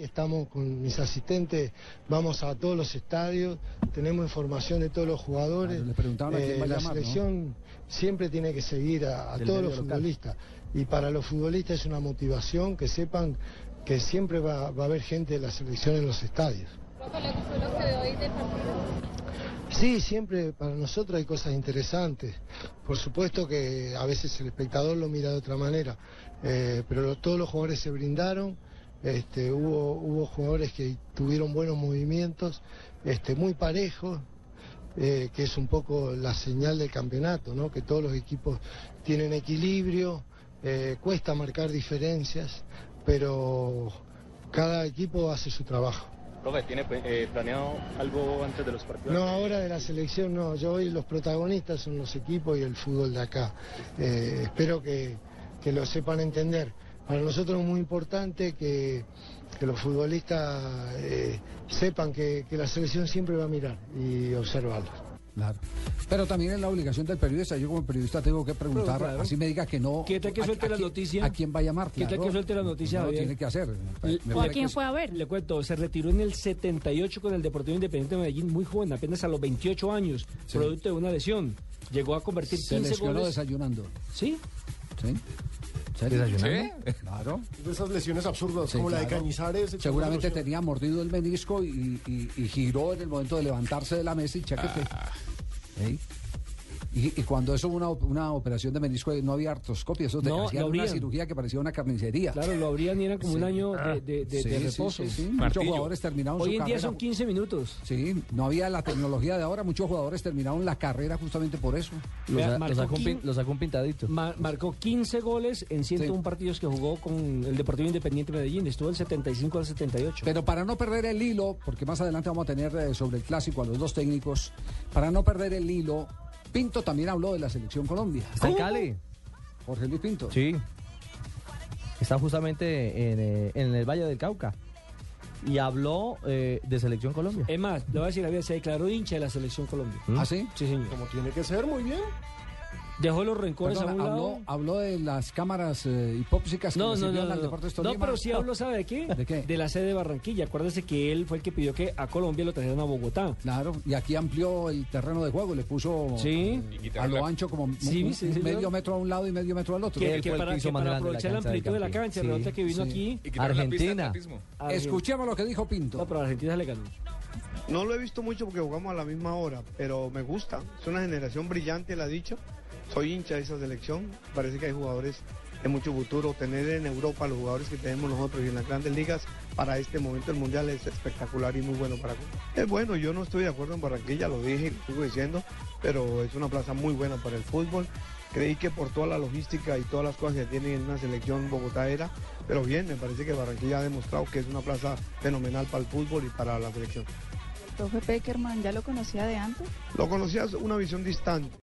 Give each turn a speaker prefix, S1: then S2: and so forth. S1: estamos con mis asistentes, vamos a todos los estadios, tenemos información de todos los jugadores.
S2: Claro, Ah, le preguntaban a quién va a
S1: eh, la
S2: llamar, ¿no?
S1: selección siempre tiene que seguir a, a
S2: Del
S1: todos
S2: medio
S1: los
S2: local.
S1: futbolistas. Y para los futbolistas es una motivación que sepan que siempre va, va a haber gente de la selección en los estadios.
S3: Profe, ¿le gustó lo que veo hoy del partido?
S1: Sí, siempre para nosotros hay cosas interesantes. Por supuesto que a veces el espectador lo mira de otra manera, eh, pero lo- todos los jugadores se brindaron. Este, hubo, hubo jugadores que tuvieron buenos movimientos, este, muy parejos, eh, que es un poco la señal del campeonato, ¿no? que todos los equipos tienen equilibrio, eh, cuesta marcar diferencias, pero cada equipo hace su trabajo.
S4: Profe, ¿tiene eh, planeado algo antes de los partidos?
S1: No, ahora de la selección no. Yo hoy los protagonistas son los equipos y el fútbol de acá. Eh, espero que, que lo sepan entender. Para nosotros es muy importante que, que los futbolistas eh, sepan que, que la selección siempre va a mirar y observarlos.
S2: Claro. Pero también es la obligación del periodista. Yo como periodista tengo que preguntar,
S5: Pero, claro.
S2: así me diga que no.
S5: ¿Qué tal que
S2: a-
S5: suelte
S2: a
S5: la
S2: quién-
S5: noticia?
S2: ¿A quién va a llamar?
S5: ¿Qué tal
S2: Claro.
S5: que suelte la noticia,
S2: No lo
S5: Javier?
S2: tiene que hacer. Me
S5: ¿Y
S2: parece
S3: ¿A
S2: que
S3: quién
S2: es-
S3: fue a ver?
S5: Le cuento, se retiró en el 78 con el Deportivo Independiente de Medellín, muy joven, apenas a los 28 años,
S2: Sí.
S5: producto de una lesión. Llegó a convertir
S2: Se
S5: 15
S2: lesionó
S5: goles.
S2: desayunando.
S5: Sí,
S2: ¿Sí? ¿Se
S6: ¿Desayunando?
S2: Claro.
S7: De esas lesiones absurdas,
S2: Sí,
S7: como la de
S2: claro.
S7: Cañizares. hecho
S2: Seguramente
S7: una erosión.
S2: tenía mordido el menisco y, y- y giró en el momento de levantarse de la mesa y chaquete. ¿Sí? Y, y cuando eso una, op- una operación de menisco no había artroscopia, eso te
S5: No,
S2: hacían
S5: lo
S2: una
S5: abrían.
S2: cirugía que parecía una carnicería.
S5: claro, lo abrían y eran como un año de, de- de-
S2: Sí,
S5: de
S2: sí,
S5: reposo.
S2: sí, sí. Muchos
S6: Martillo.
S2: jugadores terminaron su
S5: Hoy en día
S2: carrera.
S5: son 15 minutos.
S2: Sí, no había la tecnología de ahora, muchos jugadores terminaron la carrera justamente por eso.
S8: Lo,
S5: Vea,
S8: sa- lo
S5: marcó
S8: sacó un pin-
S5: quin-
S8: lo sacó un pintadito.
S5: Ma- marcó 15 goles en 101
S2: Sí.
S5: partidos que jugó con el Deportivo Independiente de Medellín. Estuvo del 75 al 78.
S2: Pero para no perder el hilo, porque más adelante vamos a tener eh, sobre el clásico a los dos técnicos, para no perder el hilo, Pinto también habló de la selección Colombia.
S8: ¿Está en Cali?
S2: Jorge Luis Pinto.
S8: Sí. Está justamente en, eh, en el Valle del Cauca. Y habló eh, de Selección Colombia.
S5: Es más, le voy a decir la vida, se declaró hincha de la Selección Colombia.
S2: ¿Ah, sí?
S5: Sí, señor.
S7: Como tiene que ser, muy bien.
S5: Dejó los rencores
S2: Perdón,
S5: a un
S2: habló,
S5: lado.
S2: habló de las cámaras eh, hipópsicas que
S5: No,
S2: le
S5: no, no,
S2: sirvieron
S5: no,
S2: al
S5: no.
S2: Deportes
S5: No,
S2: Tolima.
S5: pero sí habló, ¿sabe de qué?
S2: ¿De qué?
S5: la sede de Barranquilla. Acuérdese que él fue el que pidió que a Colombia lo trajeran a Bogotá.
S2: Claro, y aquí amplió el terreno de juego, le puso
S5: Sí.
S2: eh, a lo ancho como
S5: Sí,
S2: un-
S5: sí,
S2: un
S5: señor.
S2: medio metro a un lado y medio metro al otro.
S8: ¿Qué?
S5: Que,
S8: Él
S5: que
S8: fue el
S5: para,
S8: que hizo
S5: que
S8: más
S5: para
S8: grande la
S5: aprovechar la
S8: cancha del
S5: amplitud de la
S8: campeón.
S5: cancha,
S8: Sí,
S5: resulta que vino
S2: sí.
S5: aquí.
S6: Y quitaron la pista de
S8: Argentina.
S6: atletismo.
S5: a-
S2: Escuchemos lo que dijo Pinto.
S5: No, pero Argentina le ganó.
S9: No lo he visto mucho porque jugamos a la misma hora, pero me gusta. Es una generación brillante, la dicha. Soy hincha de esa selección. Parece que hay jugadores de mucho futuro. Tener en Europa los jugadores que tenemos nosotros y en las grandes ligas para este momento del Mundial es espectacular y muy bueno para Cuba. Es bueno, yo no estoy de acuerdo en Barranquilla, lo dije y lo sigo diciendo, pero es una plaza muy buena para el fútbol. Creí que por toda la logística y todas las cosas que tiene en una selección bogotá era, pero bien, me parece que Barranquilla ha demostrado que es una plaza fenomenal para el fútbol y para la selección.
S3: Profe Peckerman, ¿ya lo conocía de antes?
S9: Lo conocías una visión distante.